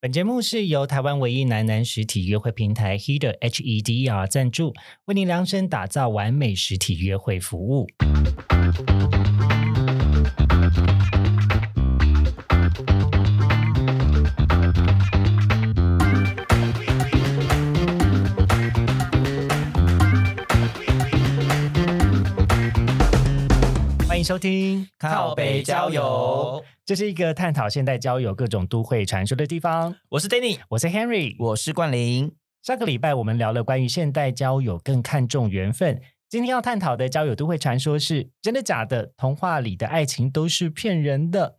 本节目是由台湾唯一男男实体约会平台 Heder H E D E R 赞助，为您量身打造完美实体约会服务。欢迎收听《靠北交友，这是一个探讨现代交友各种都会传说的地方。我是 Danny，我是 Henry，我是冠霖。上个礼拜我们聊了关于现代交友更看重缘分，今天要探讨的交友都会传说是真的假的？童话里的爱情都是骗人的。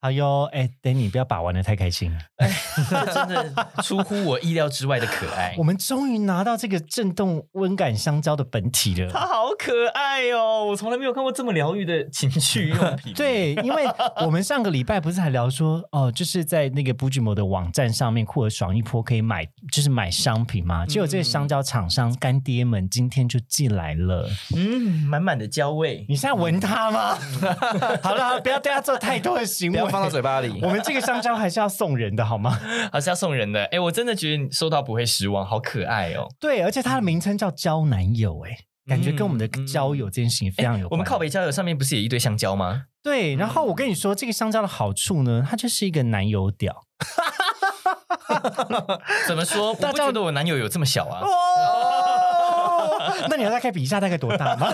好哟，哎，Danny，不要把玩的太开心。 真的出乎我意料之外的可爱我，们终于拿到这个震动温感相交的本体了。它好可爱哦！我从来没有看过这么疗愈的情趣用 品。，对，因为我们上个礼拜不是还聊说哦，就是在那个 b u j i m o 的网站上面或者爽一波可以买，就是买商品嘛。结果嗯这些香蕉厂商干爹们今天就寄来了，嗯，满满的焦味，你现在闻它吗？ 好了，不要对它做太多的行不为，要放到嘴巴里我。们这个香蕉还是要送人的好吗？ 好像要送人的。哎，我真的觉得你收到不会失望，好可爱哦！对，而且它的名称叫交男友、哎。感觉跟我们的嗯嗯交友这件事情非哎常有关、我们靠北交友上面不是也一堆香蕉吗？对，然后我跟你嗯说，这个香蕉的好处呢，它就是一个男友屌。怎么 说？我不觉得我男友有这么小啊。哦， 那你要大概比一下大概多大吗？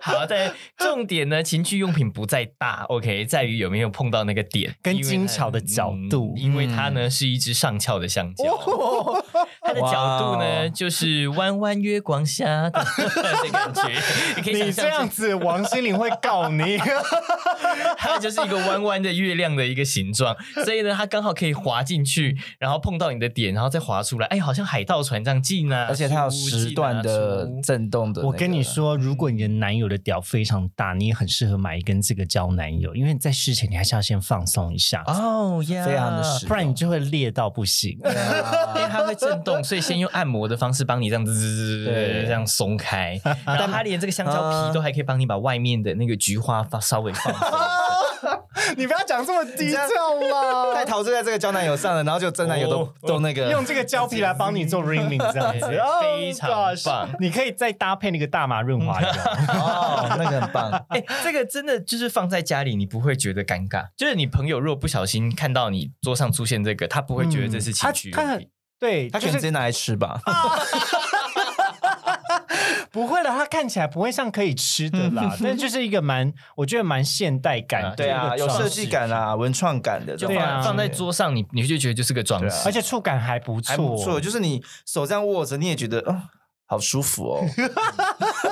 好 的，重点呢，情趣用品不在大，OK，在于有没有碰到那个点，跟因为它精巧的角度嗯因为它呢是一只上翘的香蕉， 它的角度哦哇呢哦就是弯弯月光下的 的感觉，你 可以你想这象样成子，王心凌会告 你。它就是一个弯弯的月亮的一个形状，所以呢，它刚好可以滑进去，然后碰到你的点，然后再滑出来，哎，好像海盗船这样进啊，而且它有出时段的进啊出震动的、我跟你，说，如果你的男友的屌非常大，你也很适合买一根这个胶男友，因为在事前你还是要先放松一下，哦呀，非常的实不然你就会裂到不行。哦因为它会震动，所以先用按摩的方式帮你这样滋滋滋滋对这样 松开，然后它连这个香蕉皮都还可以帮你把外面的那个菊花放稍 微放松。你不要讲这么低调太啦，陶 醉在这个交男友上了，然后就真男友都、哦都那个用这个胶皮来帮你做 ringing 这样子，对 Oh 非常 gosh 棒你可以再搭配那个大麻润滑油。哦，那个很棒。哎、这个真的就是放在家里，你不会觉得尴尬。就是你朋友如果不小心看到你桌上出现这个，他不会觉得这是情趣嗯他他用品很对，他可就能直接是拿来吃吧，不会的，他看起来不会像可以吃的啦，但就是一个蛮，我觉得蛮现代啊感，对嗯啊，有设计。感啊，文创感的，就对放、对啊放在桌上你，你就觉得就是个装对啊饰而。且触感还不还不错，错，就是你手这样握着，你也觉得哦，好舒服哦。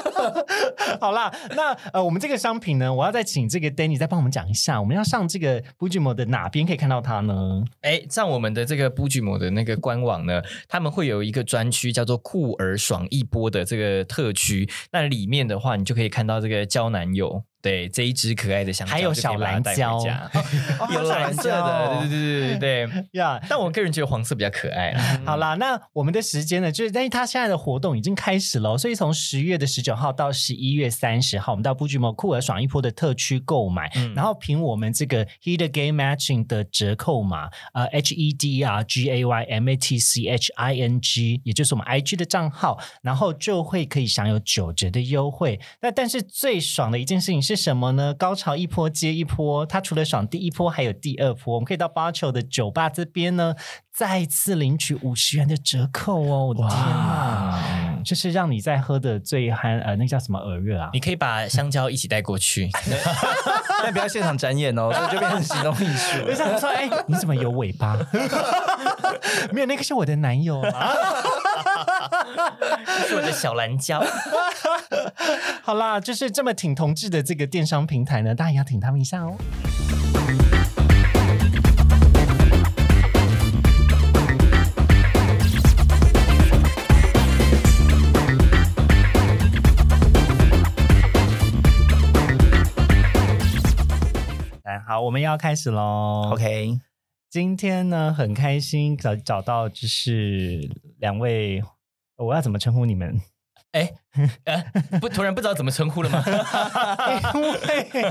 好啦，那呃，我们这个商品呢，我要再请这个 Danny 再帮我们讲一下，我们要上这个 Bujimo 的哪边可以看到它呢？哎，像我们的这个布局摩的那个官网呢，他们会有一个专区叫做“酷儿爽一波”的这个特区，那里面的话，你就可以看到这个胶男友。对这一只可爱的香蕉，还有小蓝胶就可以 把它带回家有哦蓝色的，对对对对对。呀、但我个人觉得黄色比较可爱嗯啦。好啦，那我们的时间呢，就是但是它现在的活动已经开始了哦，所以从十月的十九号到十一月三十号，我们到布局摩酷儿爽一波的特区购买，嗯然后凭我们这个 He the Gay Matching 的折扣码，呃 H E D R G A Y M A T C H I N G，也就是我们 I G 的账号，然后就会可以享有九折的优惠。那但是最爽的一件事情是什么呢？高潮一波接一波，它除了爽第一波，还有第二波。我们可以到巴丘的酒吧这边呢，再次领取五十元的折扣哦！我的天啊！嗯就是让你在喝的最酣，呃，那叫什么耳热啊？你可以把香蕉一起带过去，但不要现场展 演哦，这就变成行动艺术我就了。想说，哎、你怎么有尾巴？ 没有，那个是我的男友啊。这是我的小 蓝胶。好啦，就是这么挺同志的这个电商平台呢，大家也要挺他们一下哦。哎，好，我们要开始喽。 OK，今天呢，很开心找找到就是两位，我要怎么称呼你们？ 哎、呃不，突然不知道怎么称 呼了吗？因为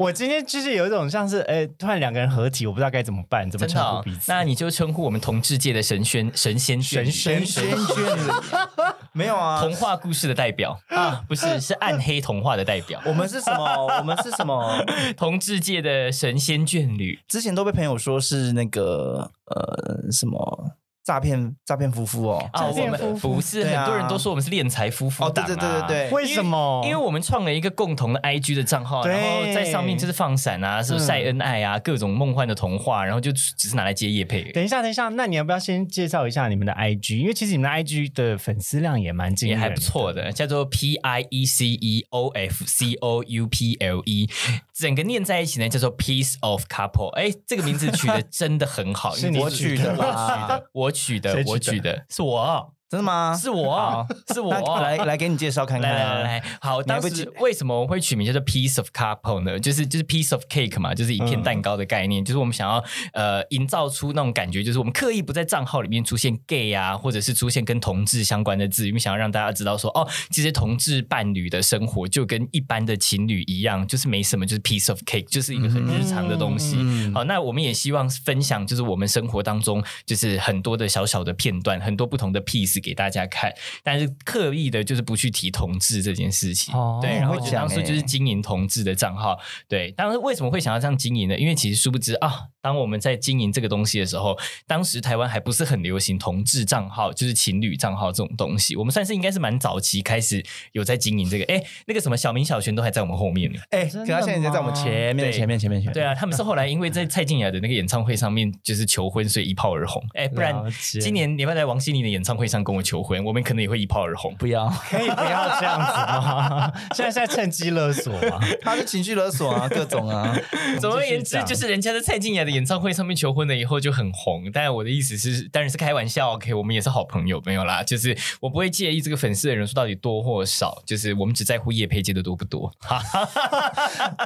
我今天就是有一种像是，哎，突然两个人合体，我不知道该怎么办，怎么真称的呼哦、彼此？那你就称呼我们同志界的神仙神仙眷侣神仙仙眷侣没有啊，童话故事的代表啊，不是是暗黑童话的代表，我们是什么？我们是什么？同志界的神仙眷侣。之前都被朋友说是那个呃什么诈骗诈骗夫妇哦。啊，诈我骗夫们妇不是对啊很多人都说我们是练财夫妇、哦，啊、对对对对对，为什么？因为我们创了一个共同的 IG 的账号，对然后在上面就是放闪啊，是不是嗯晒恩爱啊，各种梦幻的童话，然后就只是拿来接叶配。等一下，等一下，那你要不要先介绍一下你们的 IG？因为其实你们的 IG 的粉丝量也蛮惊也人，还不。错的，叫做 P I E C E O F C O U P L E，整个念在一起呢叫做 Piece of Couple。哎，这个名字取得真的很 好，是因为你我取的啦，我取的谁，取的啊我取的，是我，啊真的吗？是我，啊是我，那来来给你介绍看看来啊，来来来，好，你当还不时记为什么我会取名叫做 piece of couple 呢？就是就是 piece of cake 嘛，就是一嗯片蛋糕的概念，就是我们想要呃营造出那种感觉，就是我们刻意不在账号里面出现 gay 啊，或者是出现跟同志相关的字，因为想要让大家知道说，哦，其实同志伴侣的生活就跟一般的情侣一样，就是没什么，就是 piece of cake，就是一个很日常的东西。嗯好，那我们也希望分享，就是我们生活当中，就是很多的小小的片段，很多不同的 piece 给大家看，但是刻意的就是不去提同志这件事情。哦对，然后就当初会讲欸就是经营同志的账号。对，当时为什么会想要这样经营呢？因为其实殊不知啊，当我们在经营这个东西的时候，当时台湾还不是很流行同志账号，就是情侣账号这种东西。我们算是应该是蛮早期开始有在经营这个。哎，那个什么小明、小璇都还在我们后面呢。哎，真可的他现在已经在我们吗前面，对前面，前面，前面。对啊，他们是后来因为在蔡健雅的那个演唱会上面就是求婚，所以一炮而红。哎，不然了解今年你要不要在王心凌的演唱会上跟我求婚，我们可能也会一炮而红。不 要，可哎以不要这样子吗？ 现在是在趁机勒索吗？他是情绪勒索啊，各种 啊。 总而言之我，们继续就讲是人家在蔡健雅的演唱会上面求婚了以后就很红。但我的意思是，当然是开玩笑，OK，我们也是好朋友，没有啦。就是我不会介意这个粉丝的人数到底多或少，就是我们只在乎叶佩接的多不多。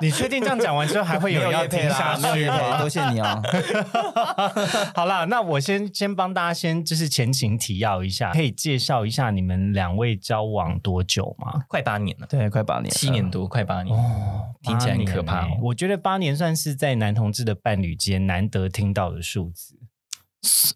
你确定这样讲完之后还会有人要听下没有去业配吗？多谢 你啊。 好啦，那我先先帮大家先就是前情提要一下，可以介绍一下你们两位交往多久吗？快八年了，对，快八年了，七年多，快八年。啊哦，听起来很可怕哦八年欸我觉得八年算是在男同志的伴侣间难得听到的数字。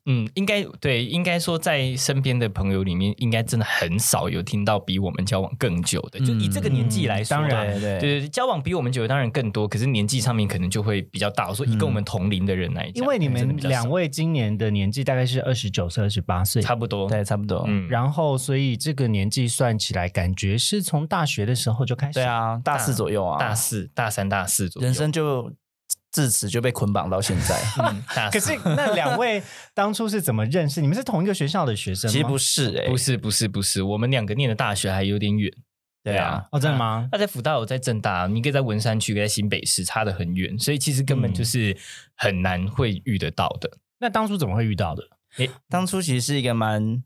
嗯，应该对，应该说在身边的朋友里面，应该真的很少有听到比我们交往更久的。就以这个年纪来说啦、嗯当然对对对对对，交往比我们久的当然更多，可是年纪上面可能就会比较大。我说以跟我们同龄的人来讲，嗯因为你真的们比较两少位今年的年纪大概是二十九岁、二十八岁，差不多，对，差不多。嗯，然后所以这个年纪算起来，感觉是从大学的时候就开始。对，啊，大四左右啊，大四、大三、大四左右，人生就自此就被捆绑到现在。 嗯，大可四是那两位当初是怎么认识？你们是同一个学校的学生吗？其实不是，是哎，不是不是不是，我们两个念的大学还有点远。对啊，哦，真的吗？他在福大，我在正大，你可以在文山区，可以在新北市，差得很远，所以其实根本就是很难会遇得到的。那当初怎么会遇到的？当初其实是一个蛮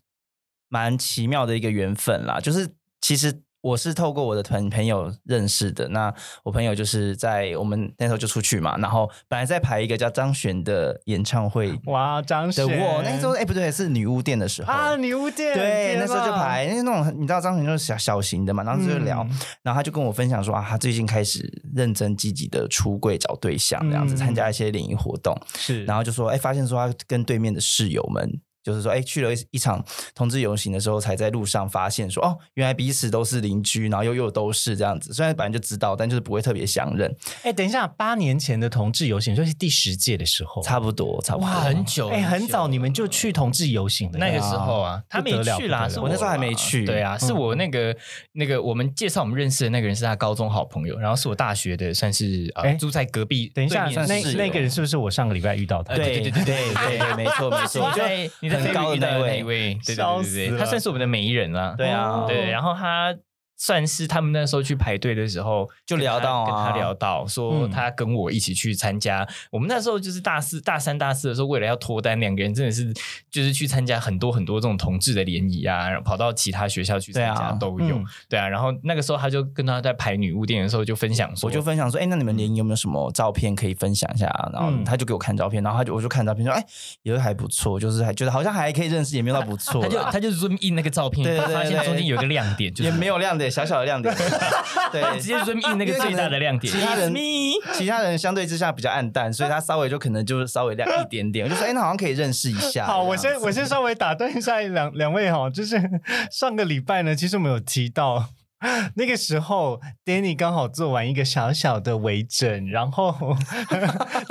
蛮奇妙的一个缘分啦，就是其实。我是透过我的朋朋友认识的，那我朋友就是在我们那时候就出去嘛，然后本来在排一个叫张悬的演唱会哇，张的学我，那时候哎、不对，是女巫店的时候啊，女巫店，对，天那时候就啊，排，因为那种你知道张悬就是小小型的嘛，然后就聊，嗯然后他就跟我分享说啊，他最近开始认真积极的出柜找对象，这样子嗯参加一些联谊活动，是，然后后就说哎，发现说他跟对面的室友们。就是说，哎，去了一一场同志游行的时候，才在路上发现说，哦，原来彼此都是邻居，然后又又都是这样子。虽然本来就知道，但就是不会特别相认，哎，等一下，八年前的同志游行，就是第十届的时候，差不多，差不多。哇，很久，哎，哦很早久你们就去同志游行了，那个时候啊，他没不得了去啦，不得了是我那时候还没啦去对啊，是我那个那个我们介绍我们认识的那个人是他高中好朋友，然后是我大学的，算是呃哎住在隔壁等对一面的下，室友。那那个人是不是我上个礼拜遇到的？对对对对对对，没错没 错，你就在你在很菲律高宾的遇到那的那一位，位，对对笑对死对对，了他算是我们的媒人啦。对啊哦，对，然后他算是他们那时候去排队的时候就跟他聊到啊跟他聊到说嗯他跟我一起去参加。我们那时候就是大四、大三、大四的时候，为了要脱单，两个人真的是就是去参加很多很多这种同志的联谊啊，然后跑到其他学校去参对加啊都有。嗯对啊，然后那个时候他就跟他在排女巫店的时候就分享说，我就分享说，哎、那你们联谊有没有什么照片可以分享一下啊？然后嗯他就给我看照片，然后他就我就看照片说，哎、也还不错，就是还觉得好像还可以认识，也没有到不 错他就啦，他就 zoom in 那个照片，对对他发对现对中间有一个亮点，就是也没有亮点，小小的亮点，对，他直接 zoom in 那个最大的亮点其。他人其他人相对之下比较暗淡，所以他稍微就可能就是稍微亮一点 点。我就说，哎、那好像可以认识一下。好，我这样先我先稍微打断一下两两位哈，就是 上个礼拜呢，其实我们有提到。那个时候，Danny 刚好做完一个小小的微整，然后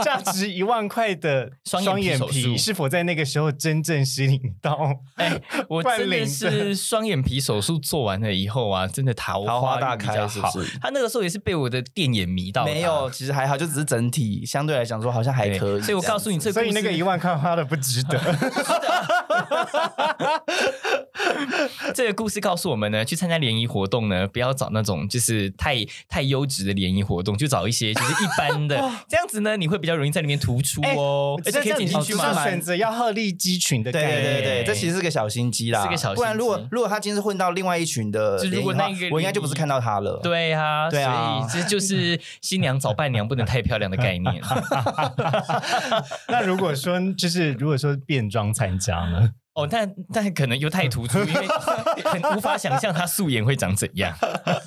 价值一万块的双眼双皮眼手术皮是否在那个时候真正吸引到？哎，我真 的是双眼皮手术做完了以后啊，真的桃桃花花大运比较开，是好不。是？ 他那个时候也是被我的电眼迷到，没有，其实还好，就只是整体相对来讲说好像还对可以。所以我告诉你，这所以那个一万块花的不值得。这个故事告诉我们呢，去参加联谊活动呢，不要找那种就是太太优质的联谊活动，就找一些就是一般哦的，这样子呢，你会比较容易在里面突哎出哦，而且可以这点样进子去就吗是？选择要鹤立鸡群的对概念。对对对对，这其实是个小心机啦。是个小心机不然如果如果他今天是混到另外一群的就联谊的话，如果那个我应该就不是看到他了。对啊，对啊所以这就是新娘找伴娘不能太漂亮的概 念。那如果说就是如果说变装参加呢？哦，但但可能又太突出，因为很无法想象她素颜会长怎样。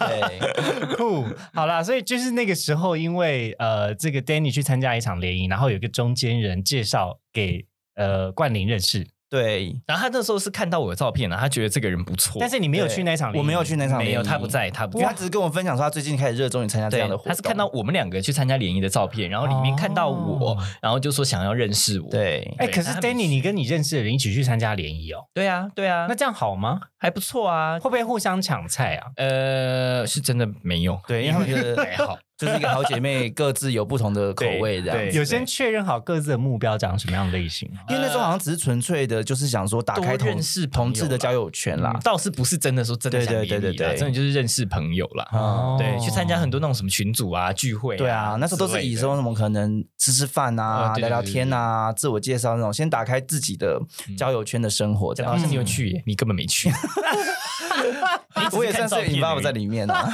对，酷， 好啦，所以就是那个时候，因为呃，这个 Danny 去参加一场联谊，然后有一个中间人介绍给呃冠霖认识，对，然后她那时候是看到我的照片了、啊，她觉得这个人不错，但是你没有去那场联谊，我没有去那场联谊，没有她不在，她不因为他只是跟我分享说他最近开始热衷于参加这对样的活，动。他是看到我们两个去参加联谊的照片，然后里面看到我，哦然后就说想要认识我。对，哎、对可是但他没 Danny，你跟你认识的人一起去参加联谊哦，对啊，对啊，那那这样好吗？还不错啊会。不会互相抢菜啊？呃，是真的没有，对，因为他们觉 得还好。就是一个好姐妹，各自有不同的口味这样对子。有先确认好各自的目标长什么样类型吗？因为那时候好像只是纯粹的，就是想说打开呃多同认识朋友同志的啦交友圈啦嗯。倒是不是真的说真的想对对联对谊对啦，对真的就是认识朋友啦。哦对，去参加很多那种什么群组啊、聚会，对啊，那时候都是之类以的说什么可能吃吃饭哦啊、对对聊聊对对嗯天啊、自我介绍那种，先打开自己的交友圈的生活这讲样到子。是你有去耶，你根本没 去， 只是我也看算是照片 involve 而已在里面啊。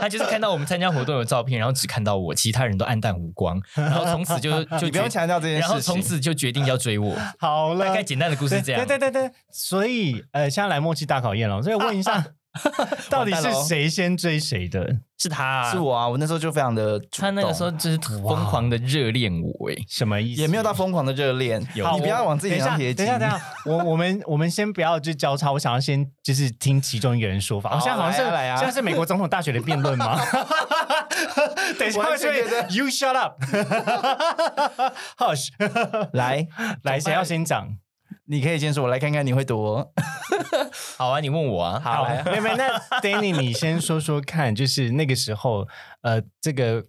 他就是看到我们参加活动的照片，然后只看到我，其他人都黯淡无光，然后从此就 就你不用决强调这件事然后情。从此就决 定要追我。好了，大概简单的故事是这样。对对对对，所以呃，现在来默契大考验了，所以问一 下，到底完蛋哦是咯谁先追谁的？是他、是。我啊，我那时候就非常的主动，他那个时候就是疯狂的热恋我哎、什么意思？也没有到疯狂的热恋，你有好不要往自己等身一下，上贴等金。一下，等一下，我 我们我们先不要去交叉，我想要先就是听其中一个人说法。好好像好像是来啊来啊现在是美国总统大选的辩论 吗？等一下，完全觉得 You shut up，hush，来， 来，谁要先讲？你可以先说，我来看看你会多。好啊，你问我啊，好来啊妹妹，那 Danny，你先说说看，就是那个时候，呃，这个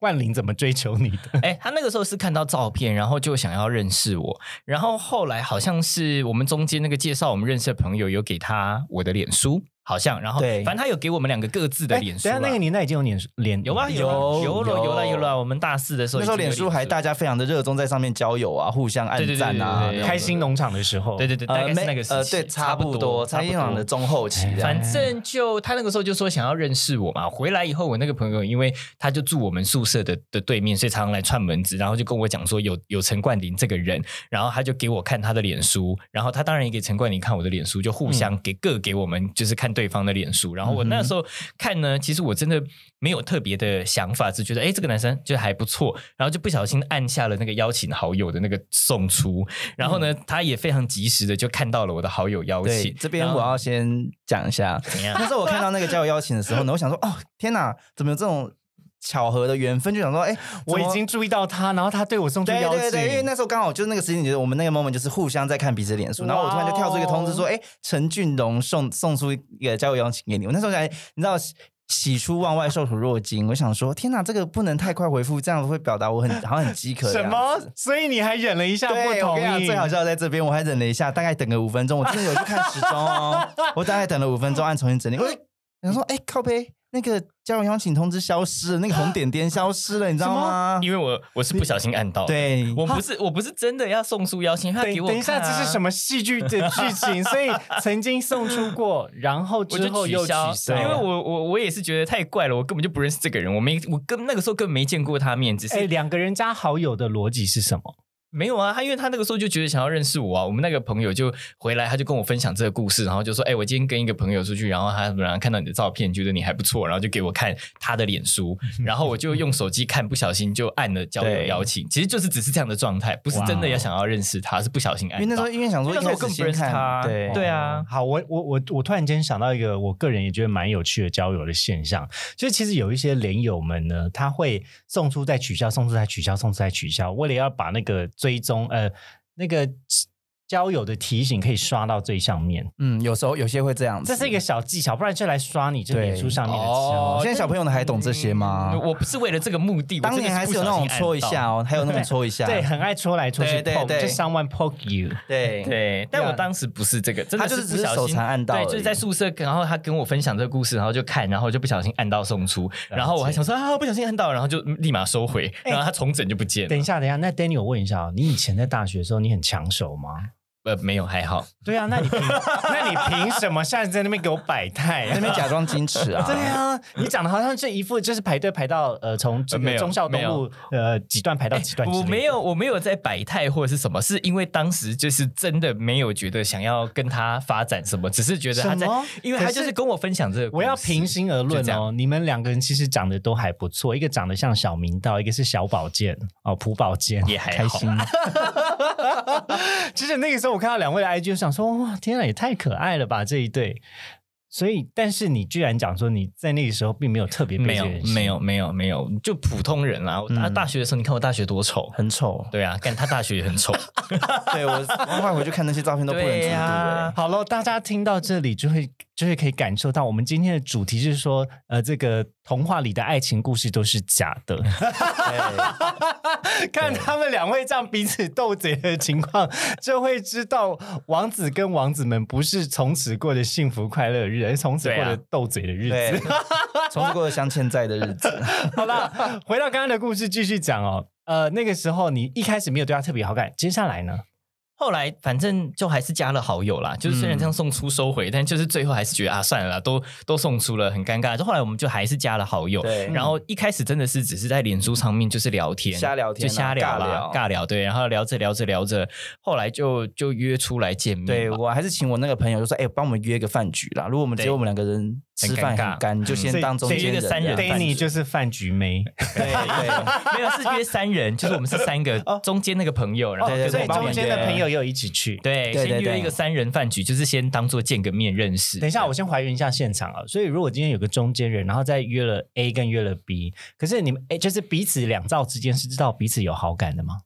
万玲怎么追求你的？哎、他那个时候是看到照片，然后就想要认识我，然后后来好像是我们中间那个介绍我们认识的朋友有给他我的脸书，好像，然后对反正他有给我们两个各自的哎脸书等一啦、下那个年代已经有脸脸有啊有啊有了有了有了，我们大四的时候那时候脸书还大。大家非常的热衷在上面交友啊，互相对对暗对赞啊，对对对开心农场的时候，对对对，大概是那个时期，呃，对，差不多，蔡差不英文多。哎的中后期这样反正就他那个时候就说想要认识我嘛，回来以后我那个朋友，因为他就住我们宿舍的的对面，所以常常来串门子，然后就跟我讲说有有陈冠霖这个人，然后他就给我看他的脸书，然后他当然也给陈冠霖看我的脸书，就互嗯相给各给我们就是看对方的脸书，然后我那时候看呢，其实我真的没有特别的想法，只觉得哎这个男生就还不错，然后就不小心按下了那个邀请好友的那个送出，然后呢，他也非常及时的就看到了我的好友邀嗯对，请，这边我要先讲一下，怎样？那时候我看到那个交友邀请的时候呢，我想说，哦，天哪，怎么有这种巧合的缘分？就想说，哎，我已经注意到他，然后他对我送出对邀请，对对，因为那时候刚好就是那个时间点，我们那个 moment 就是互相在看彼此的脸书，然后我突然就跳出一个通知哦说，哎、陈俊龙送送出一个交友邀请给你。我那时候才你知道喜喜出望外，受宠若惊。我想说，天哪，这个不能太快回复，这样会表达我很好像很饥啊渴。什？么？所以你还忍了一下不对，我同跟你讲，意，最好笑的在这边，我还忍了一下，大概等个五分钟，我真的有去看时钟哦，我大概等了五分钟，按重新整理，我就然后说：“哎、靠背，那个交友邀请通知消失了，那个红点点消失了，你知道吗？”因为我我是不小心按到，，对，我不是我不是真的要送出邀请，他等给我等一下，看这啊是什么戏剧的剧情？ 所以曾经送出过，然后我之就后又取消，消，因为我我我也是觉得太怪了，我根本就不认识这个人，我没我跟那个时候根本没见过他面，只哎，是两个人加好友的逻辑是什么？没有啊，他因为他那个时候就觉得想要认识我啊，我们那个朋友就回来，他就跟我分享这个故事，然后就说，哎、我今天跟一个朋友出去，然后他然后看到你的照片，觉得你还不错，然后就给我看他的 脸书，然后我就用手机看，不小心就按了交友对邀请，其实就是只是这样的状态，不是真的哦要想要认识他，是不小心因按到，为那时候因为想说因为那一时候开我根始本不先认识看，他，对对啊，好，我我我我突然间想到一个我个人也觉得蛮有趣的交友的现象，就是其实有一些连友们呢，他会送出再取消，送出再取消，送出再取消，为了要把那个追踪呃那个交友的提醒可以刷到最上面，嗯，有时候有些会这样子。这是一个小技巧，不然就来刷你这对脸书上面的哦消息。现在小朋友呢还懂这些吗嗯我不是为了这个目的，我当真的年还是不是有那小种心按戳一下到。哦，还有那种戳一下，对，很爱戳来戳去对对 poke，对就 someone poke you。对对，但对啊我当时不是这个，真的他就是不只是小手心残按到而对，已就是在宿舍，然后他跟我分享这个故事，然后就看，然后就不小心按到送出，然后我还想说啊，不小心按到，然后就立马收回，哎然后他重整就不见等一了。下，等一下，那 Danny 我问一下哦，你以前在大学的时候，你很抢手吗？呃，没有，还好。 对啊，那你凭那你凭什么现在在那边给我摆 态、，那边假装矜持 啊对啊，你讲的好像这一副就是排队排到呃，从这呃没个有忠孝东路呃几段排到几段之类我的、没有，我没有在摆态或者是什么，是因为当时就是真的没有觉得想要跟他发展什么，只是觉得他什在么，因为他就可是是跟我分享这个故我事。要平心而就论这哦，样你们两个人其实长得都还不错，一个长得像小明道，一个是小宝剑哦，朴宝剑也还开好心，。 就是那个时候我看到两位的 IG，我想说哇，天啊，也太可爱了吧这一对。所以，但是你居然讲说你在那个时候并没有特别被没有这个人吸引没有没有没有，就普通人啦。我嗯大大学的时候，你看我大学多丑， 很丑。对啊，干他大学也很丑， 对 我我后来回去看那些照片都不忍对自呀度。好了，大家听到这里就会就会可以感受到，我们今天的主题是说，呃，这个童话里的爱情故事都是假的。哎 看他们两位这样彼此斗嘴的情况，就会知道王子跟王子们不是从此过着幸福快乐的日子，而是从此过着对啊斗嘴的日子。 对，重过了镶嵌在的日子。好啦，回到刚刚的故事继续讲哦。呃，那个时候你一开始没有对他特别好感，接下来呢？后来反正就还是加了好友啦，就是虽然这样嗯送出收回，但就是最后还是觉得啊，算了啦，都都送出了，很尴尬。就后来我们就还是加了好友，对然后一开始真的是只是在脸书上面就是聊天，瞎聊天啊就瞎聊尬啦聊，尬聊对，然后聊着聊着聊着，后来就就约出来见面，对，我还是请我那个朋友就说，哎，帮我们约个饭局啦。如果我们只有我们两个人吃饭很尴尬嗯很干，你就所先以当中所以约间人个这三样。人对饭局 Danny 就是饭局妹，对， 没有是约三人，就是我们是三 个，中间那个朋友，然后哦对哦跟对所以我帮中忙间约。的朋友也有一起去。对，对对先约对一个三人饭局，就是先当做见个面认识。等一下，我先还原一下现场啊。所以如果今天有个中间人，然后再约了 A 跟约了 B，可是你们哎，就是彼此两造之间是知道彼此有好感的吗？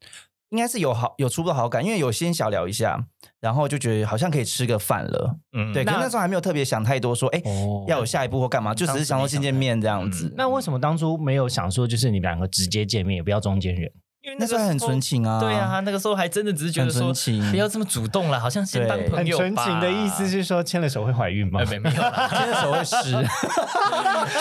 应该是有好有初步的好感，因为有先小聊一下，然后就觉得好像可以吃个饭了。嗯对，可是那时候还没有特别想太多，说哎、哦要有下一步或干嘛，就只是想说见见面这样嗯子。那为什么当初没有想说，就是你们两个直接见面，也不要中间人？因为那时候还很纯情啊，对啊，，那个时候还真的只是觉得说很纯情不要这么主动了，好像先对当朋友吧。是说牵了手会怀孕吗呃， 没没有啦， 牵着手会湿，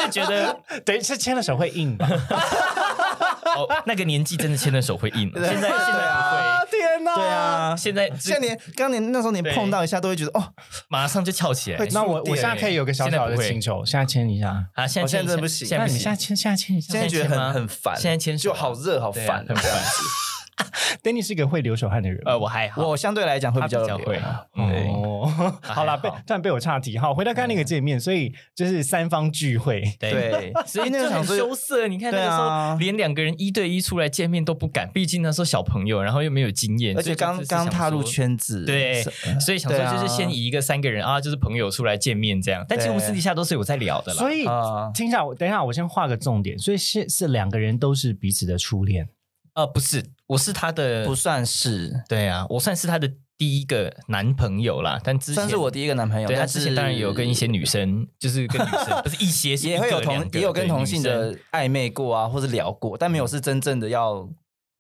就觉得对，是牵了手会硬吧？哦，那个年纪真的牵的手会硬，现啊在现在不天哪！对，啊会，。现在这像连刚连那时候连对碰到一下都会觉得哦，马上就翘起来。哎那我我现在可以有个小小的现在不会请求，现在牵一下。啊，现在我现在牵真的不行现在那不你现在行。牵，现在牵一下。现在觉得现在牵吗很很烦，现在牵手就好热好对啊烦很。这样哎 Danny 是一个会流手汗的人哦吗呃，我还好，我相对来讲会比较他比较有会嗯对哦， 好啦，被还好嗯突然被我岔题。好，回到刚刚那个界面，所以就是三方聚会。对，哎 所所以以啊那那个时候很羞想说，涩，你看那对个时啊候连两个人一对一出来见面都不敢，毕竟那时候小朋友，然后又没有经验，而所以就且刚只是刚想踏入说圈子，对是，所以想说对啊就是先以一个三个人啊，就是朋友出来见面这样，但其实我们私底下都是有在聊的啦。所以啊，听一下，我等一下，我先画个重点。所以是是两个人都是彼此的初恋，呃，不是，我是他的，不算是，对啊，我算是他的第一个男朋友啦，但之前算是我第一个男朋友，对他但之是前当然也有跟一些女生，就是跟女 生不是一些，是一也个会有两同个也有跟对同性女生嗯的暧昧过啊，或是聊过，但没有是真正的要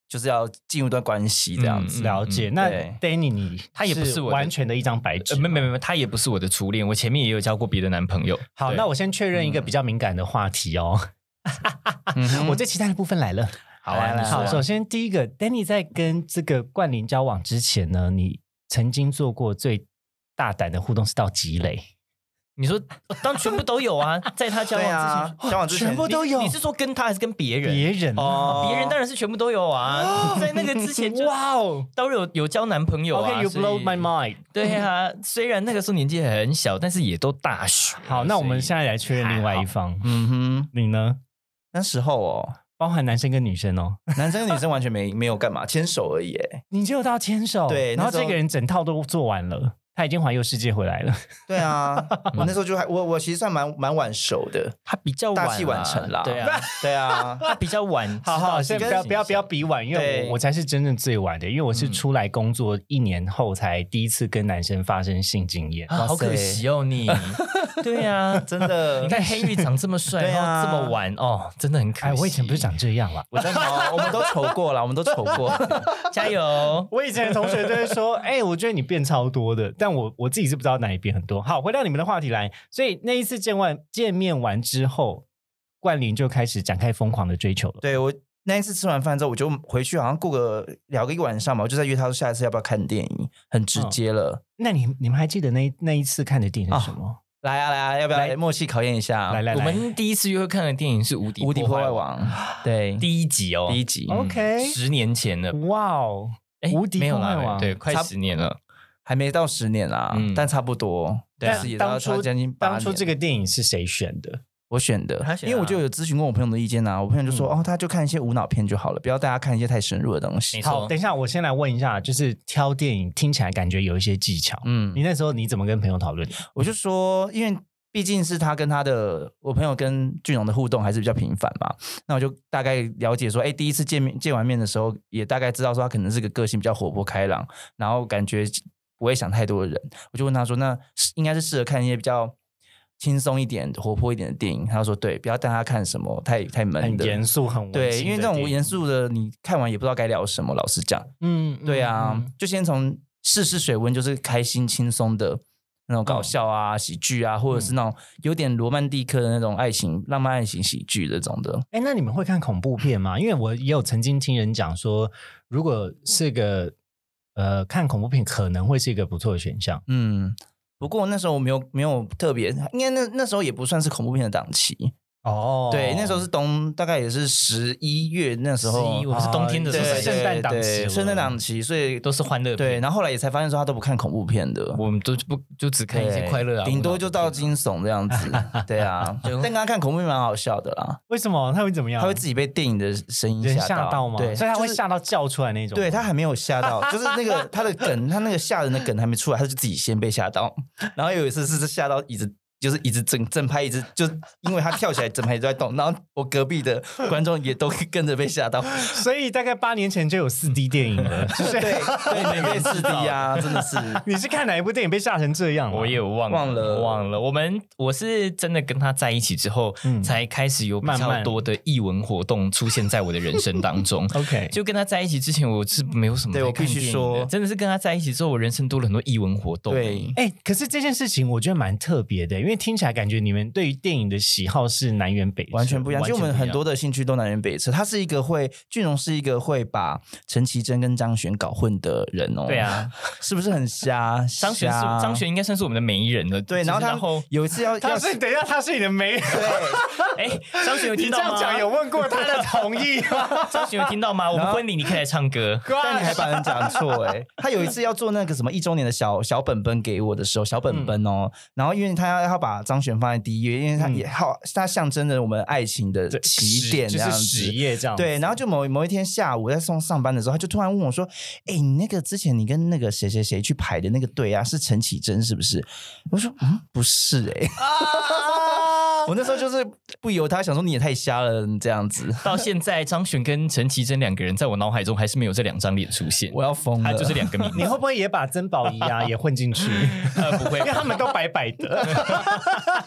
就是要进入一段关系这样子。嗯了解。那对 Danny，你他也不是是我的完全的一张白纸呃，吗，没没没，他也不是我的初恋，我前面也有交过别的男朋友。好，对嗯那我先确认一个比较敏感的话题哦。 嗯哼我最期待的部分来了。好啊，来你说好，啊首先第一个，Danny 在跟这个冠霖交往之前呢，你曾经做过最大胆的互动是到积累，你说哦当全部都有 啊，在他交往之对前，啊，交往之前全部都你有你是说跟他还是跟别人？别人哦别人当然是全部都有啊，在那个之前就哇哦都有有交男朋友啊。 ，OK，you 所以 blow my mind。对啊，虽然那个时候年纪很小，但是也都大学。好，那我们嗯所现以在来确认另外一方，嗯哼，你呢？那时候哦，包含男生跟女生哦， 男生跟女生完全没没有干嘛，牵手而已欸耶。你只有到牵手，对然后那时候这个人整套都做完了，他已经环游世界回来了。 对啊，我那时候就还我我其实算蛮蛮晚熟的，他比较晚啊大器晚成啦。对 啊，，对啊，他比 较晚。好好，先先不要不要不要比晚，因为对我我才是真正最晚的，因为我是嗯出来工作一年后才第一次跟男生发生性经验。啊，好可惜哦 你。对啊，真的。你看黑玉长这么帅，对啊然后这么晚哦，真的很可惜。哎，我以前不是长这样啦。。我真的哦，我们都愁过了，我们都愁过。 加油我以前的同学都会 说：“哎、我觉得你变超多的。”但我我自己是不知道哪一边很多。好，回到你们的话题来，所以那一次见完见面完之后，冠霖就开始展开疯狂的追求了。对我那一次吃完饭之后，我就回去，好像过个聊个一晚上嘛，我就在约他说下一次要不要看电影，很直嗯接了。那你你们还记得那那一次看的电影是什么？来啊来啊，要不要来默契考验一下？来来我来，们第一次约会看的电影是《无敌无敌破坏王》对第一集哦，第一集，哦 OK 十年前了，哇哦，哎无敌没有破坏啦王对，快差不十年了。还没到十年啦嗯，但差不多。对啊就是也当到初将近八当年初这个电影是谁选的？我选的他，选啊因为我就有咨询过我朋友的意见呐、啊，我朋友就嗯说、哦，他就看一些无脑片就好了，不要大家看一些太深入的东没西。错好，等一下，我先来问一下，就是挑电影听起来感觉有一些技巧。嗯你，那时候你怎么跟朋友讨论？我就说，因为毕竟是他跟他的我朋友跟俊荣的互动还是比较频繁嘛，那我就大概了解说，哎，第一次见面见完面的时候，也大概知道说他可能是个个性比较活泼开朗，然后感觉不会想太多的人。我就问他说，那是应该是适合看一些比较。轻松一点、活泼一点的电影，他说对，不要带他看什么太太闷很的，严肃，很文对，青因为的这种电影严，肃的，你看完也不知道该聊什么。老实讲，嗯，嗯对啊，嗯就先从试试水温，就是开心轻松的那种嗯搞笑啊、喜剧啊，或者是那种有点罗曼蒂克的那种爱情、浪漫爱情喜剧这种的。哎，那你们会看恐怖片吗？因为我也有曾经听人讲说，如果是个呃看恐怖片，可能会是一个不错的选项。嗯，不过那时候我没有没有特别，应该那那时候也不算是恐怖片的档期。哦对，那时候是冬，大概也是十一月那时候，啊11我们是冬天的时候对才圣诞档期对了，圣诞档期，所以都是欢乐片对，然后后来也才发现说他都不看恐怖片的，我们都不就只看一些对快乐啊，顶无多脑的就到片惊悚这样子。对啊，但刚刚看恐怖片蛮好笑的啦，为什么他会怎么样？他会自己被电影的声音人吓到吗？对，所以他会就是吓。到叫出来那种。对他还没有吓到，就是那个他的梗，他那个吓人的梗还没出来，他就自己先被吓到。 然后有一次是吓到椅子，就是椅子整整排椅子，就因为他跳起来整排椅子都在动，然后我隔壁的观众也都跟着被吓到。所以大概八年前就有四 D 电影了， 就是对，对，每被四 D 啊，真的是。你是看哪一部电影被吓成这样啊？我也忘了忘了忘了。我们我是真的跟他在一起之后，嗯才开始有比慢较慢。多的译文活动出现在我的人生当中 OK，就跟他在一起之前，我是没有什么对在我必看须电影说的真的是跟他在一起之后，我人生多了很多译文活动。对，哎、可是这件事情我觉得蛮特别的，因为听起来感觉你们对于电影的喜好是南辕北辙，完全不一样。完就我全们不一很样多的兴趣都南辕北辙。他是一个会，俊荣是一个会把陈绮贞跟张悬搞混的人哦。对啊，是不是很瞎？张悬是啊瞎张悬应该算是我们的媒人了。对，就是然后他然后有一次 要他要是等一下，他是你的媒人，对，哎，张悬有你听这到样吗？讲有问过他的同意 吗？张悬有听到 吗？我们婚礼你可以来唱歌。但你还把人讲错哎。他有一次要做那个什么一周年的小小本本给我的时候，小嗯本本哦，然后因为他要要把张悬放在第一位，因为他也好，他象征着我们爱情的起点就这样嗯是子实。业这样子，对，然后就某某一天下午，我在送上班的时候，他就突然问我说：“哎、你那个之前你跟那个谁谁谁去排的那个队啊，是陈绮贞是不是？”我说：“嗯，不是哎、啊欸我那时候就是不由他想说你也太瞎了你这样子， 到现在，张悬跟陈绮贞两个人在我脑海中还是没有这两张脸出现，我要疯他了。就是两个 名字你会不会也把曾宝仪啊也混进去？ 呃，不会因为，他们都白白的，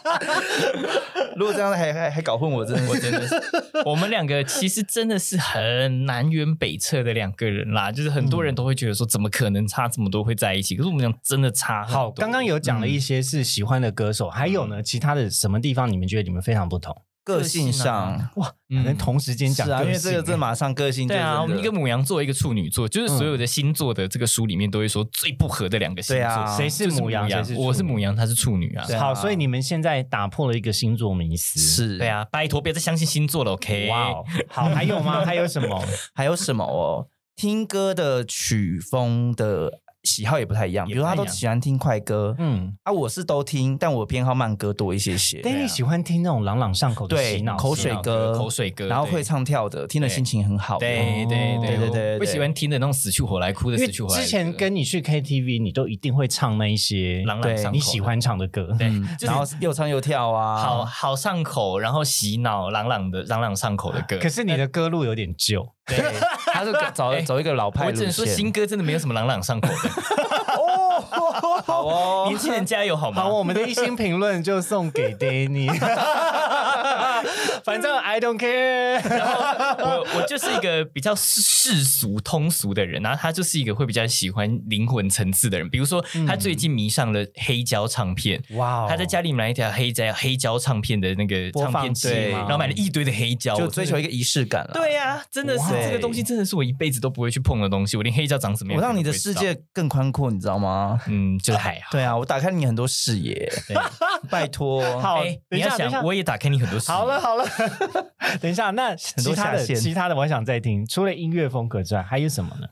如果这样还还还搞混我，真的我是真的是，我们两个其实真的是很南辕北辙的两个人啦。就是很多人都会觉得说，怎么可能差这么多会在一起？可是我们俩真的差很 嗯多好，刚刚有讲嗯了一些是喜欢的歌手，还有呢，其他的什么地方你们觉得你们非常不同？个性上 哇，嗯可能同时间讲是啊，因为个这性个这马上个性就对啊，真我的们一个母羊座，一个处女座，就是嗯所有的星座的这个书里面都会说最不合的两个星对啊座，欸谁是就是母母羊，谁是我是处女母羊，他是处女啊。对啊好，所以你们现在打破了一个星座迷思，是对。啊，拜托不要再相信星座了，OK？哇哦，好，还有吗？还有什 么？还有什么哦？听歌的曲风的喜好也不太一样，比也如不太他一样都喜欢听快歌，嗯，啊，我是都听，但我偏好慢歌多一些些。但你喜欢听那种朗朗上口的对洗脑口歌水歌啊口水歌，然后对会。唱跳的，听了对心情很好。对哦对对对对对我对喜欢听的那种死去活来、哭的因为死去活来的歌。之前跟你去 KTV，你都一定会唱那一些朗朗上口的你喜欢唱的歌。对嗯，就是然后又唱又跳啊。好，好上口，然后洗脑、朗朗的、朗朗上口的歌。 啊可是你的歌路有点 旧，对， 他就 走哎走一个老派我路只能说线。新歌真的没有什么朗朗上口的。好哦年，轻人加油好吗？好，我们的一星评论就送给 Danny。反正 I don't care。我我就是一个比较世俗通俗的人，然后啊他就是一个会比较喜欢灵魂层次的人。比如说，他最近迷上了黑胶唱片。哇哦他在家里买一条黑胶黑胶唱片的那个播唱放片机，器吗然后买了一堆的黑胶，就我真的追求一个仪式感了。，对呀、真的是哇这个东西，真的是我一辈子都不会去碰的东西。我连黑胶长什么样，我让你的世，界更宽阔，你知道 吗？嗯，就是还好。对啊，我打开你很多视野，拜托。 好哎等你一要下等一下想，我也打开你很多视野好了，好了， 等一下，那其多他下的线其他的我还想再听，除了音乐风格之外，还有什么呢？嗯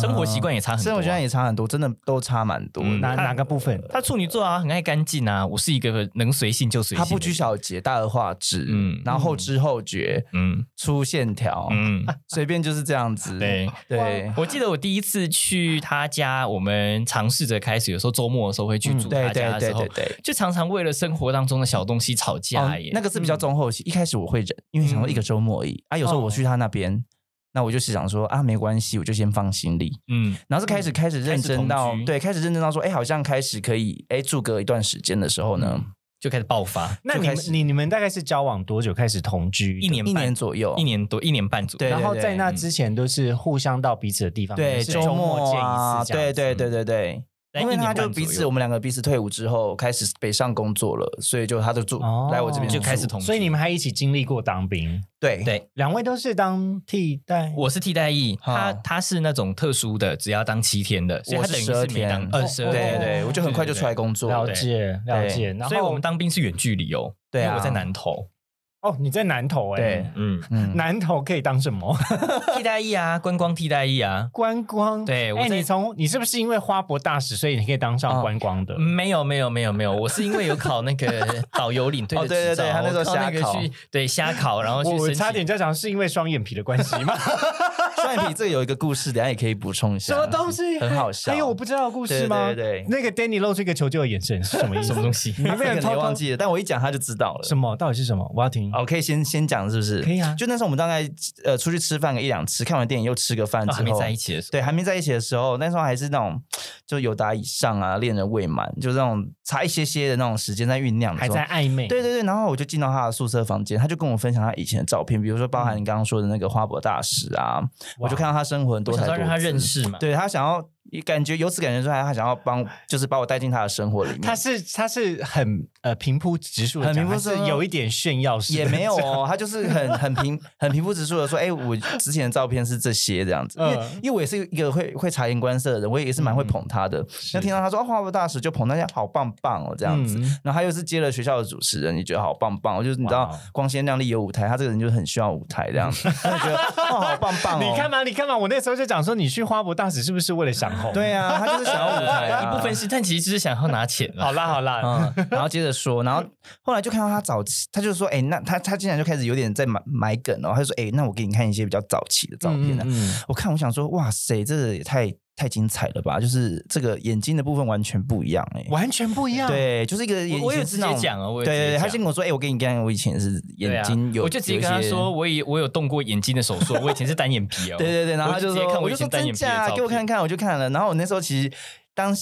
生活习惯也差很多啊生活习惯也差很多，真的都差蛮多的。嗯哪他哪个部分？他处女座啊，很爱干净啊。我是一个能随性就随性，他不拘，小节，大而化之，嗯嗯，然后后知后觉，嗯粗线条，嗯，随便就是这样子。对。对，我记得我第一次去他家，我们尝试着开始，有时候周末的时候会去住嗯他对家的对时对候对，对。就常常为了生活当中的小东西吵架哎哦耶。那个是比较中后期，一开始我会忍，因为想嗯说一个周末而已啊。有时候我去哦他那边，那我就是想说啊，没关系，我就先放心里。嗯，然后是开始开始认真开始到同居对，开始认真到说，哎，好像开始可以哎住隔一段时间的时候呢，就开始爆发，那你就开们始你你们大概是交往多久开始同居？一年一半年左右，一年多一年半左右对。嗯然后在那之前都是互相到彼此的地方，可对能是周末见啊，一次这对样子，对对对对。在因为一年他就半左彼右此，我们两个彼此退伍之后开始北上工作了，所以就他就住、哦来我这边就开始住同居，所以你们还一起经历过当兵，对对两位都是当替代，我是替代役，好他他是那种特殊的，只要当七天的，所以我他是等于十二是没当天，二十二哦对对天。对，我就很快就出来工作，了解了解。然后所以我们当兵是远距离哦，对啊因为我在南投，哦你在南投哎、对嗯，嗯，南投可以当什么？ 替代役啊，观光替代役啊，观光。对我哎、在你从你是不是因为花博大使，所以你可以当哦上观光的？嗯没有没有没有没有，我是因为有考那 个导游领队的哦对对执照对他那时候我靠那个瞎考去对瞎考，然后去我我申差请。点就想是因为双眼皮的关系吗？ 啊双眼皮这个有一个故事，等一下也可以补充一下。什么东西？很好笑还有我不知道的故事吗？对对对那个 Danny 露出一个求救的眼神是什么意思？什么东西？你这被个人你偷偷忘记了，但我一讲他就知道了。什么？到底是什么？我要听。哦，可以先先讲是不是？可以啊就那时候我们大概呃出去吃饭个一两次，看完电影又吃个饭啊之还后，没在一起的时对，还没在一起的时候，那时候还是那种就有达以上啊，恋人未满，就那种差一些些的那种时间在酝酿的还时候，在暧昧？对对对，然后我就进到他的宿舍房间，他就跟我分享他以前的照片，比如说包嗯含你刚刚说的那个花博大使啊，我就看到他生活很候，多我想才说多让他姿认，识嘛。对他想要感觉由此感觉出来，他想要帮，就是把我带进他的生活里面。他是他是很呃平铺直述的很讲，平铺还直述是有一点炫耀式的 也没 有哦，他就是很很平很平铺直述的说，哎、我之前的照片是这些这样子，因为、嗯因为我也是一个会会察言观色的人，我也是蛮会捧他的。那、听到他说、哦、花博大使就捧他，好棒棒哦这样子。嗯然后他又是接了学校的主持人，你觉得好棒棒哦，就是你知哇道光鲜亮丽有舞台，他这个人就很需要舞台这 样子，那你觉得哦好棒棒哦，你看嘛，你看嘛，我那时候就讲说，你去花博大使是不是为了想红？，对啊，他就是想要舞台、啊，一部分是，但其实是想要拿钱啦。好啦好啦，嗯，然后接着说，然后后来就看到他早期，他就说，哎、那他他竟然就开始有点在埋埋梗哦，他就说，哎、那我给你看一些比较早期的照片啊。嗯嗯嗯我看，我想说，哇塞，这也太太精彩了吧？就是这个眼睛的部分完全不一样哎、完全不一样。，对，就是一个眼我我有以前直是那接种讲啊，我有对直接对对，他讲先跟我说，哎、我跟你讲，我以前是眼睛对有，啊，我就直接跟他有一些说，我以我有动过眼睛的手术，我以前是单眼皮哦。 对对对，然后他我就就直接说，看我以就说前单真眼皮的照假，啊片给我看看，我就看了。然后我那时候其实当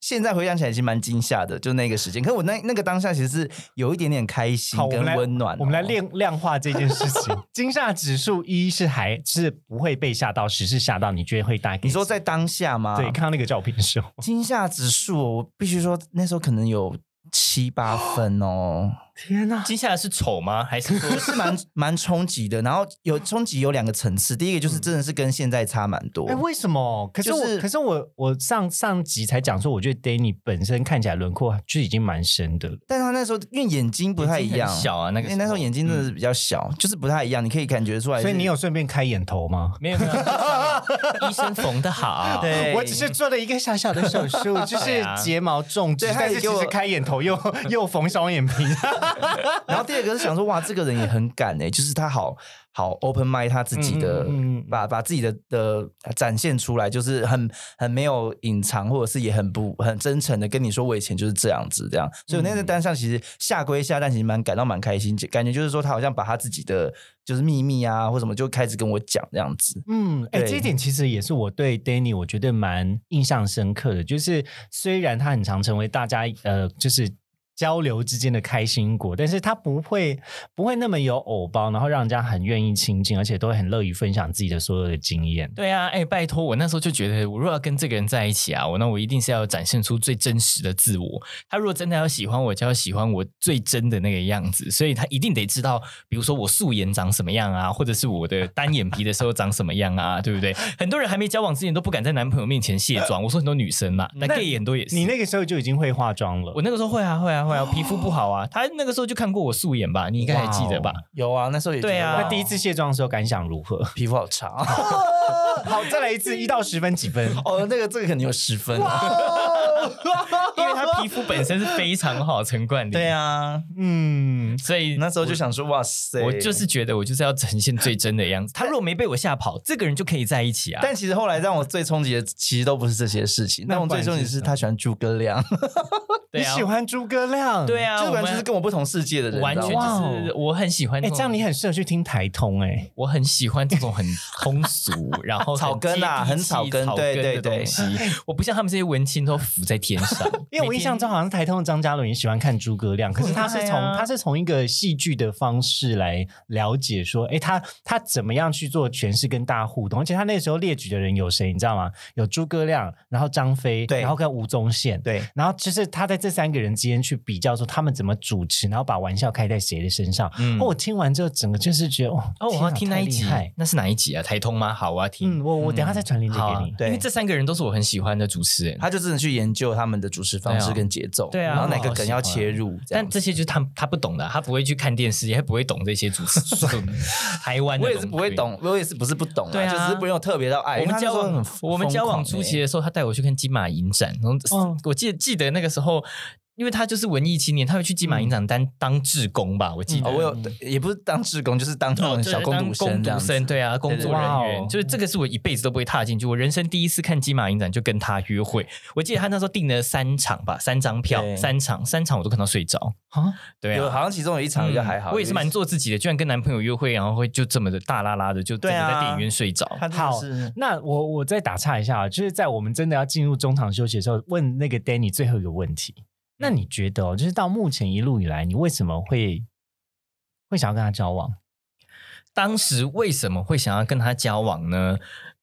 现在回想起来，其实蛮惊吓的，就那个时间。可我那那个当下其实是有一点点开心好，我跟们来温暖哦、我们来量量化这件事 情。惊吓指数一是还是不会被吓到，十是吓到，你觉得会大概？你说在当下吗？对，看到那个照片的时候，惊吓指数哦，我必须说那时候可能有七八分哦， 天哪！接下来是丑吗？还 是说是蛮蛮冲击的。然后有冲击有两个层次，第一个就是真的是跟现在差蛮多。哎，为什么？可是我，就是可是我，我上上集才讲说，我觉得 Danny 本身看起来轮廓就已经蛮深的了。但是他那时候因为眼睛不太一样，眼睛很小啊那个因为那时候时候眼睛真的是比较小，就是不太一样，你可以感觉出来。所以你有顺便开眼头吗？没有没 有？医生缝的好，对我只是做了一个小小的手术， 就是对啊睫毛种植，对他但是也给其我实开眼 头又又缝双眼皮。 然后第二个是想说，哇，这个人也很敢哎、就是他好好 open mind 他自己的，嗯嗯嗯嗯把把自己的的展现出来，就是很很没有隐藏，或者是也很不很真诚的跟你说，我以前就是这样子这样。所以我那次单上其实下归下，但其实蛮感到蛮开心，感觉就是说他好像把他自己的就是秘密啊或什么就开始跟我讲这样子。嗯，哎、对这一点其实也是我对 Danny 我觉得蛮印象深刻的，就是虽然他很常成为大家呃，就是。交流之间的开心果，但是他不会不会那么有偶包，然后让人家很愿意亲近，而且都很乐于分享自己的所有的经验。对啊，哎、拜托，我那时候就觉得，我如果要跟这个人在一起啊，我那我一定是要展现出最真实的自我。他如果真的要喜欢我，就要喜欢我最真的那个样子，所以他一定得知道，比如说我素颜长什么样啊，或者是我的单眼皮的时候长什么样啊，对不对？很多人还没交往之前都不敢在男朋友面前卸妆。我说很多女生嘛，那 gay 很多也是。你那个时候就已经会化妆了我，那个时候会啊会啊会啊，皮肤不好啊。他那个时候就看过我素颜吧，你应该还记得吧？有啊，那时候也对啊那第一次卸妆的时候感想如何？皮肤好 差。好，再来一 次，一到十分几分？哦，那个这个肯定有十分、啊，因为他皮肤本身是非常好，陈冠霖。对，啊，嗯，所以那时候就想说，哇塞，我就是觉得我就是要呈现最真的样子。他如果没被我吓跑，这个人就可以在一起啊。但其实后来让我最冲击的，其实都不是这些事情。那那我不然最冲击是是什么他喜欢诸葛亮，对你啊喜，欢诸葛亮？对啊，这我完们全是跟我不同世界的人，完全你知道吗哇就是我很喜欢。哎、这样你很适合去听台通哎、我很喜欢这种很通俗，然后 草根啊很很草根对对对对对对， 我不像他们这些文青都浮在天 上。因为我印象中好像台通的张嘉伦也喜欢看诸葛亮，可是他是从、很爱啊他是从一个戏剧的方式来了解说，哎，他他怎么样去做诠释跟大家互动，而且他那时候列举的人有谁，你知道吗？有诸葛亮，然后张飞，对然后跟吴宗宪，。对，然后就是他在这三个人之间去比较，说他们怎么主持，然后把玩笑开在谁的身上。嗯哦，我听完之后，整个就是觉得，哦，哦，我天啊要哪听太那一厉集害，那是哪一集啊？台通吗？好，我要听嗯，。我我等一下再传链接好啊给你。，对因为这三个人都是我很喜欢的主持人，他就真的去研究他们的主持方对式啊跟节奏，对啊然后哪我好个梗要喜欢切入，这样但这些就是他他不懂的，啊他不会去看电视，也不会懂这些主 持台湾的我也是不会东西。懂，我也是不是不懂啊，对啊就只是没有特别到爱。我们交往很，欸我们交往初期的时候，他带我去看金马影展，然后、嗯我记得记得那个时候，因为他就是文艺青年，他会去金马影展当、当志工吧，我记得。嗯哦，我有也不是当志工，就是当那种就是小工读当生这样子。对啊，工作人对哦员，对就是这个是我一辈子都不会踏进去。我人生第一次看金马影展就跟他约会，我记得他那时候订了三场吧，三张票，对三场，三场我都看到睡着。啊，对有啊，好像其中有一场比较还好，我也是蛮有一做自己的，居然跟男朋友约会，然后会就这么的大拉拉的，就真对的啊在电影院睡着。他真的好是那我我再打岔一下啊，就是在我们真的要进入中场休息的时候，问那个 Danny 最后一个问题。那你觉得哦，就是到目前一路以来，你为什么会会想要跟他交往？当时为什么会想要跟他交往呢？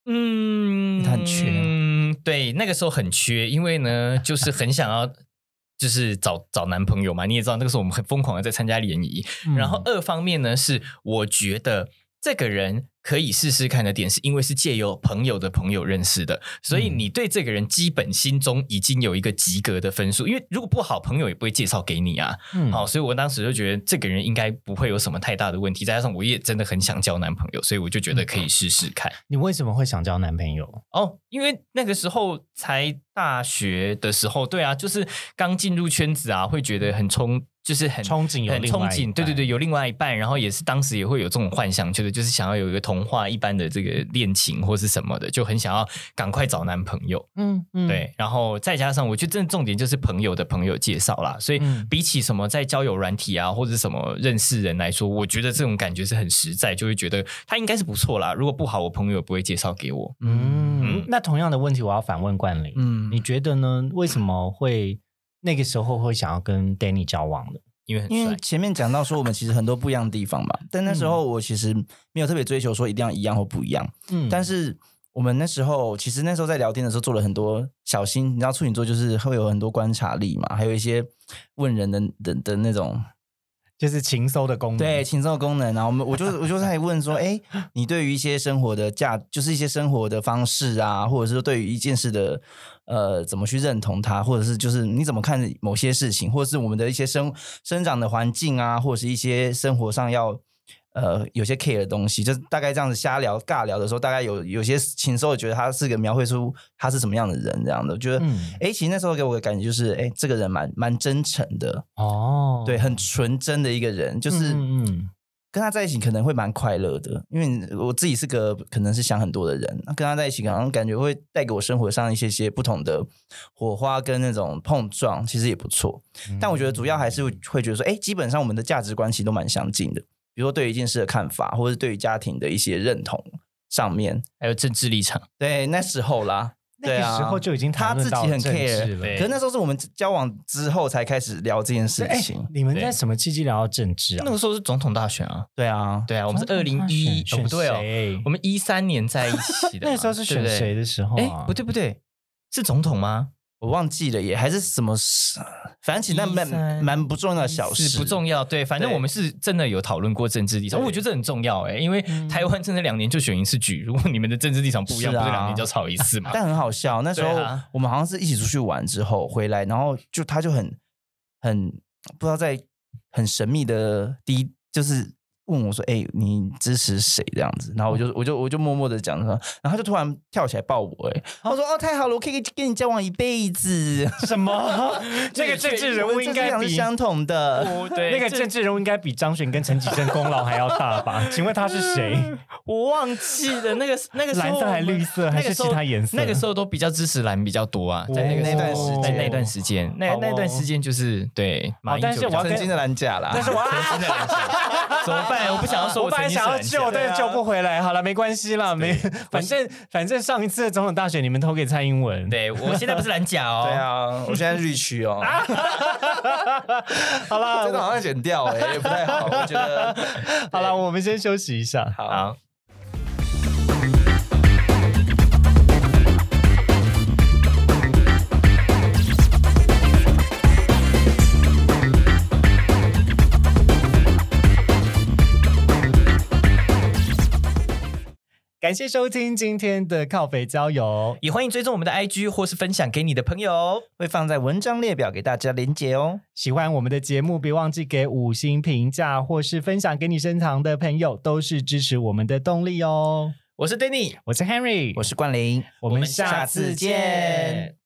嗯，他很缺嗯，对，那个时候很缺，因为呢，就是很想要， 就是找找男朋友嘛。你也知道，那个时候我们很疯狂的在参加联谊。然后二方面呢，是我觉得这个人可以试试看的点，是因为是借由朋友的朋友认识的，所以嗯你对这个人基本心中已经有一个及格的分数。因为如果不好，朋友也不会介绍给你啊。嗯，好，所以我当时就觉得这个人应该不会有什么太大的问题，再加上我也真的很想交男朋友，所以我就觉得可以试试看。你为什么会想交男朋友？哦，因为那个时候才大学的时候，对啊，就是刚进入圈子啊，会觉得很冲就是很憧憬有很另外憧一憬，对对半对，有另外一半，然后也是当时也会有这种幻想，觉得就是想要有一个童话一般的这个恋情或是什么的，就很想要赶快找男朋友。嗯嗯，对，然后再加上，我觉得真的重点就是朋友的朋友介绍啦，所以嗯比起什么在交友软体啊或者什么认识人来说，我觉得这种感觉是很实在，就会觉得他应该是不错啦。如果不好，我朋友也不会介绍给我。嗯嗯，那同样的问题，我要反问冠霖，嗯你觉得呢？为什么会那个时候会想要跟 Danny 交往呢？因为很因为帅，前面讲到说我们其实很多不一样的地方嘛，但那时候我其实没有特别追求说一定要一样或不一样，嗯但是我们那时候其实那时候在聊天的时候做了很多小心，你知道处女座就是会有很多观察力嘛，还有一些问人的的的那种就是情搜的功能，对，情奏功能啊，我们我就 我就在问说，哎，你对于一些生活的价，就是一些生活的方式啊，或者是说对于一件事的呃，怎么去认同它，或者是就是你怎么看某些事情，或者是我们的一些生生长的环境啊，或者是一些生活上要呃有些 care 的东西，就是大概这样子瞎聊尬聊的时候，大概有有些禽兽觉得他是个描绘出他是什么样的人这样的，我觉得哎、嗯诶其实那时候给我的感觉就是哎、诶这个人蛮蛮真诚的，哦，对，很纯真的一个人，就是。嗯嗯跟他在一起可能会蛮快乐的，因为你我自己是个可能是想很多的人，那跟他在一起好像感觉会带给我生活上一些些不同的火花跟那种碰撞，其实也不错。嗯但我觉得主要还是会觉得说，哎，基本上我们的价值观其实都蛮相近的，比如说对于一件事的看法，或者是对于家庭的一些认同上面。还有政治立场，对，那时候啦，那个时啊候就已经他谈自论己到很政治 care，了对可是那时候是我们交往之后才开始聊这件事哎情。你们对在什么契机聊到政治啊？那个时候是总统大选啊，对啊，对啊，我们是二零一，哦不对哦，哦我们一三年在一起的 嘛，那时候是对选不对谁？的时候哎啊？，不对不对，是总统吗？我忘记了耶，还是什么事？反正其实那13蛮蛮不重要的小事，是不重要，对，反正对我们是真的有讨论过政治立场，对我觉得这很重要哎、因为嗯台湾真的两年就选一次举，如 果你们的政治立场不一样，是啊不是两年就要吵一次 嘛？但很好笑。那时候对啊我们好像是一起出去玩之后回来，然后就他就很很不知道在很神秘的第一就是问我说：“哎、你支持谁？”这样子，然后我哦就我就我就默默的讲说，然后他就突然跳起来抱我、哎，然后我说：“哦，太好了，我可以跟你交往一辈子。什 么？那个政治人物应我们这该两个比是相同的。哦对那个政治人物应该比张悬跟陈绮贞功劳还要大 吧？请问他是谁？我忘记了那个那个时候蓝色还绿色我们还是其他颜色那个时候那个时候都比较支持蓝比较多啊，在那个那段时间在那段时间，那好哦那段时间就是对马英但是九比较我要跟曾经的蓝甲啦，但是我真的 蓝色怎么办？我不想要说我本来曾经是想要蓝色啊救，但是救不回来。好了，没关系啦，没， 反正反正上一次的总统大选你们投给蔡英文。对 我现在不是蓝甲哦，对啊，我现在是绿 区哦。好 啦，真的好像剪掉哎、 也不太好，我觉得。 好了，我们先休息一下。好，好。感谢收听今天的靠北郊游。也欢迎追踪我们的 IG 或是分享给你的朋友。会放在文章列表给大家连结哦。喜欢我们的节目，别忘记给五星评价，或是分享给你身旁的朋友，都是支持我们的动力哦。我是 Danny，我是 Henry，我是冠霖，我们下次见。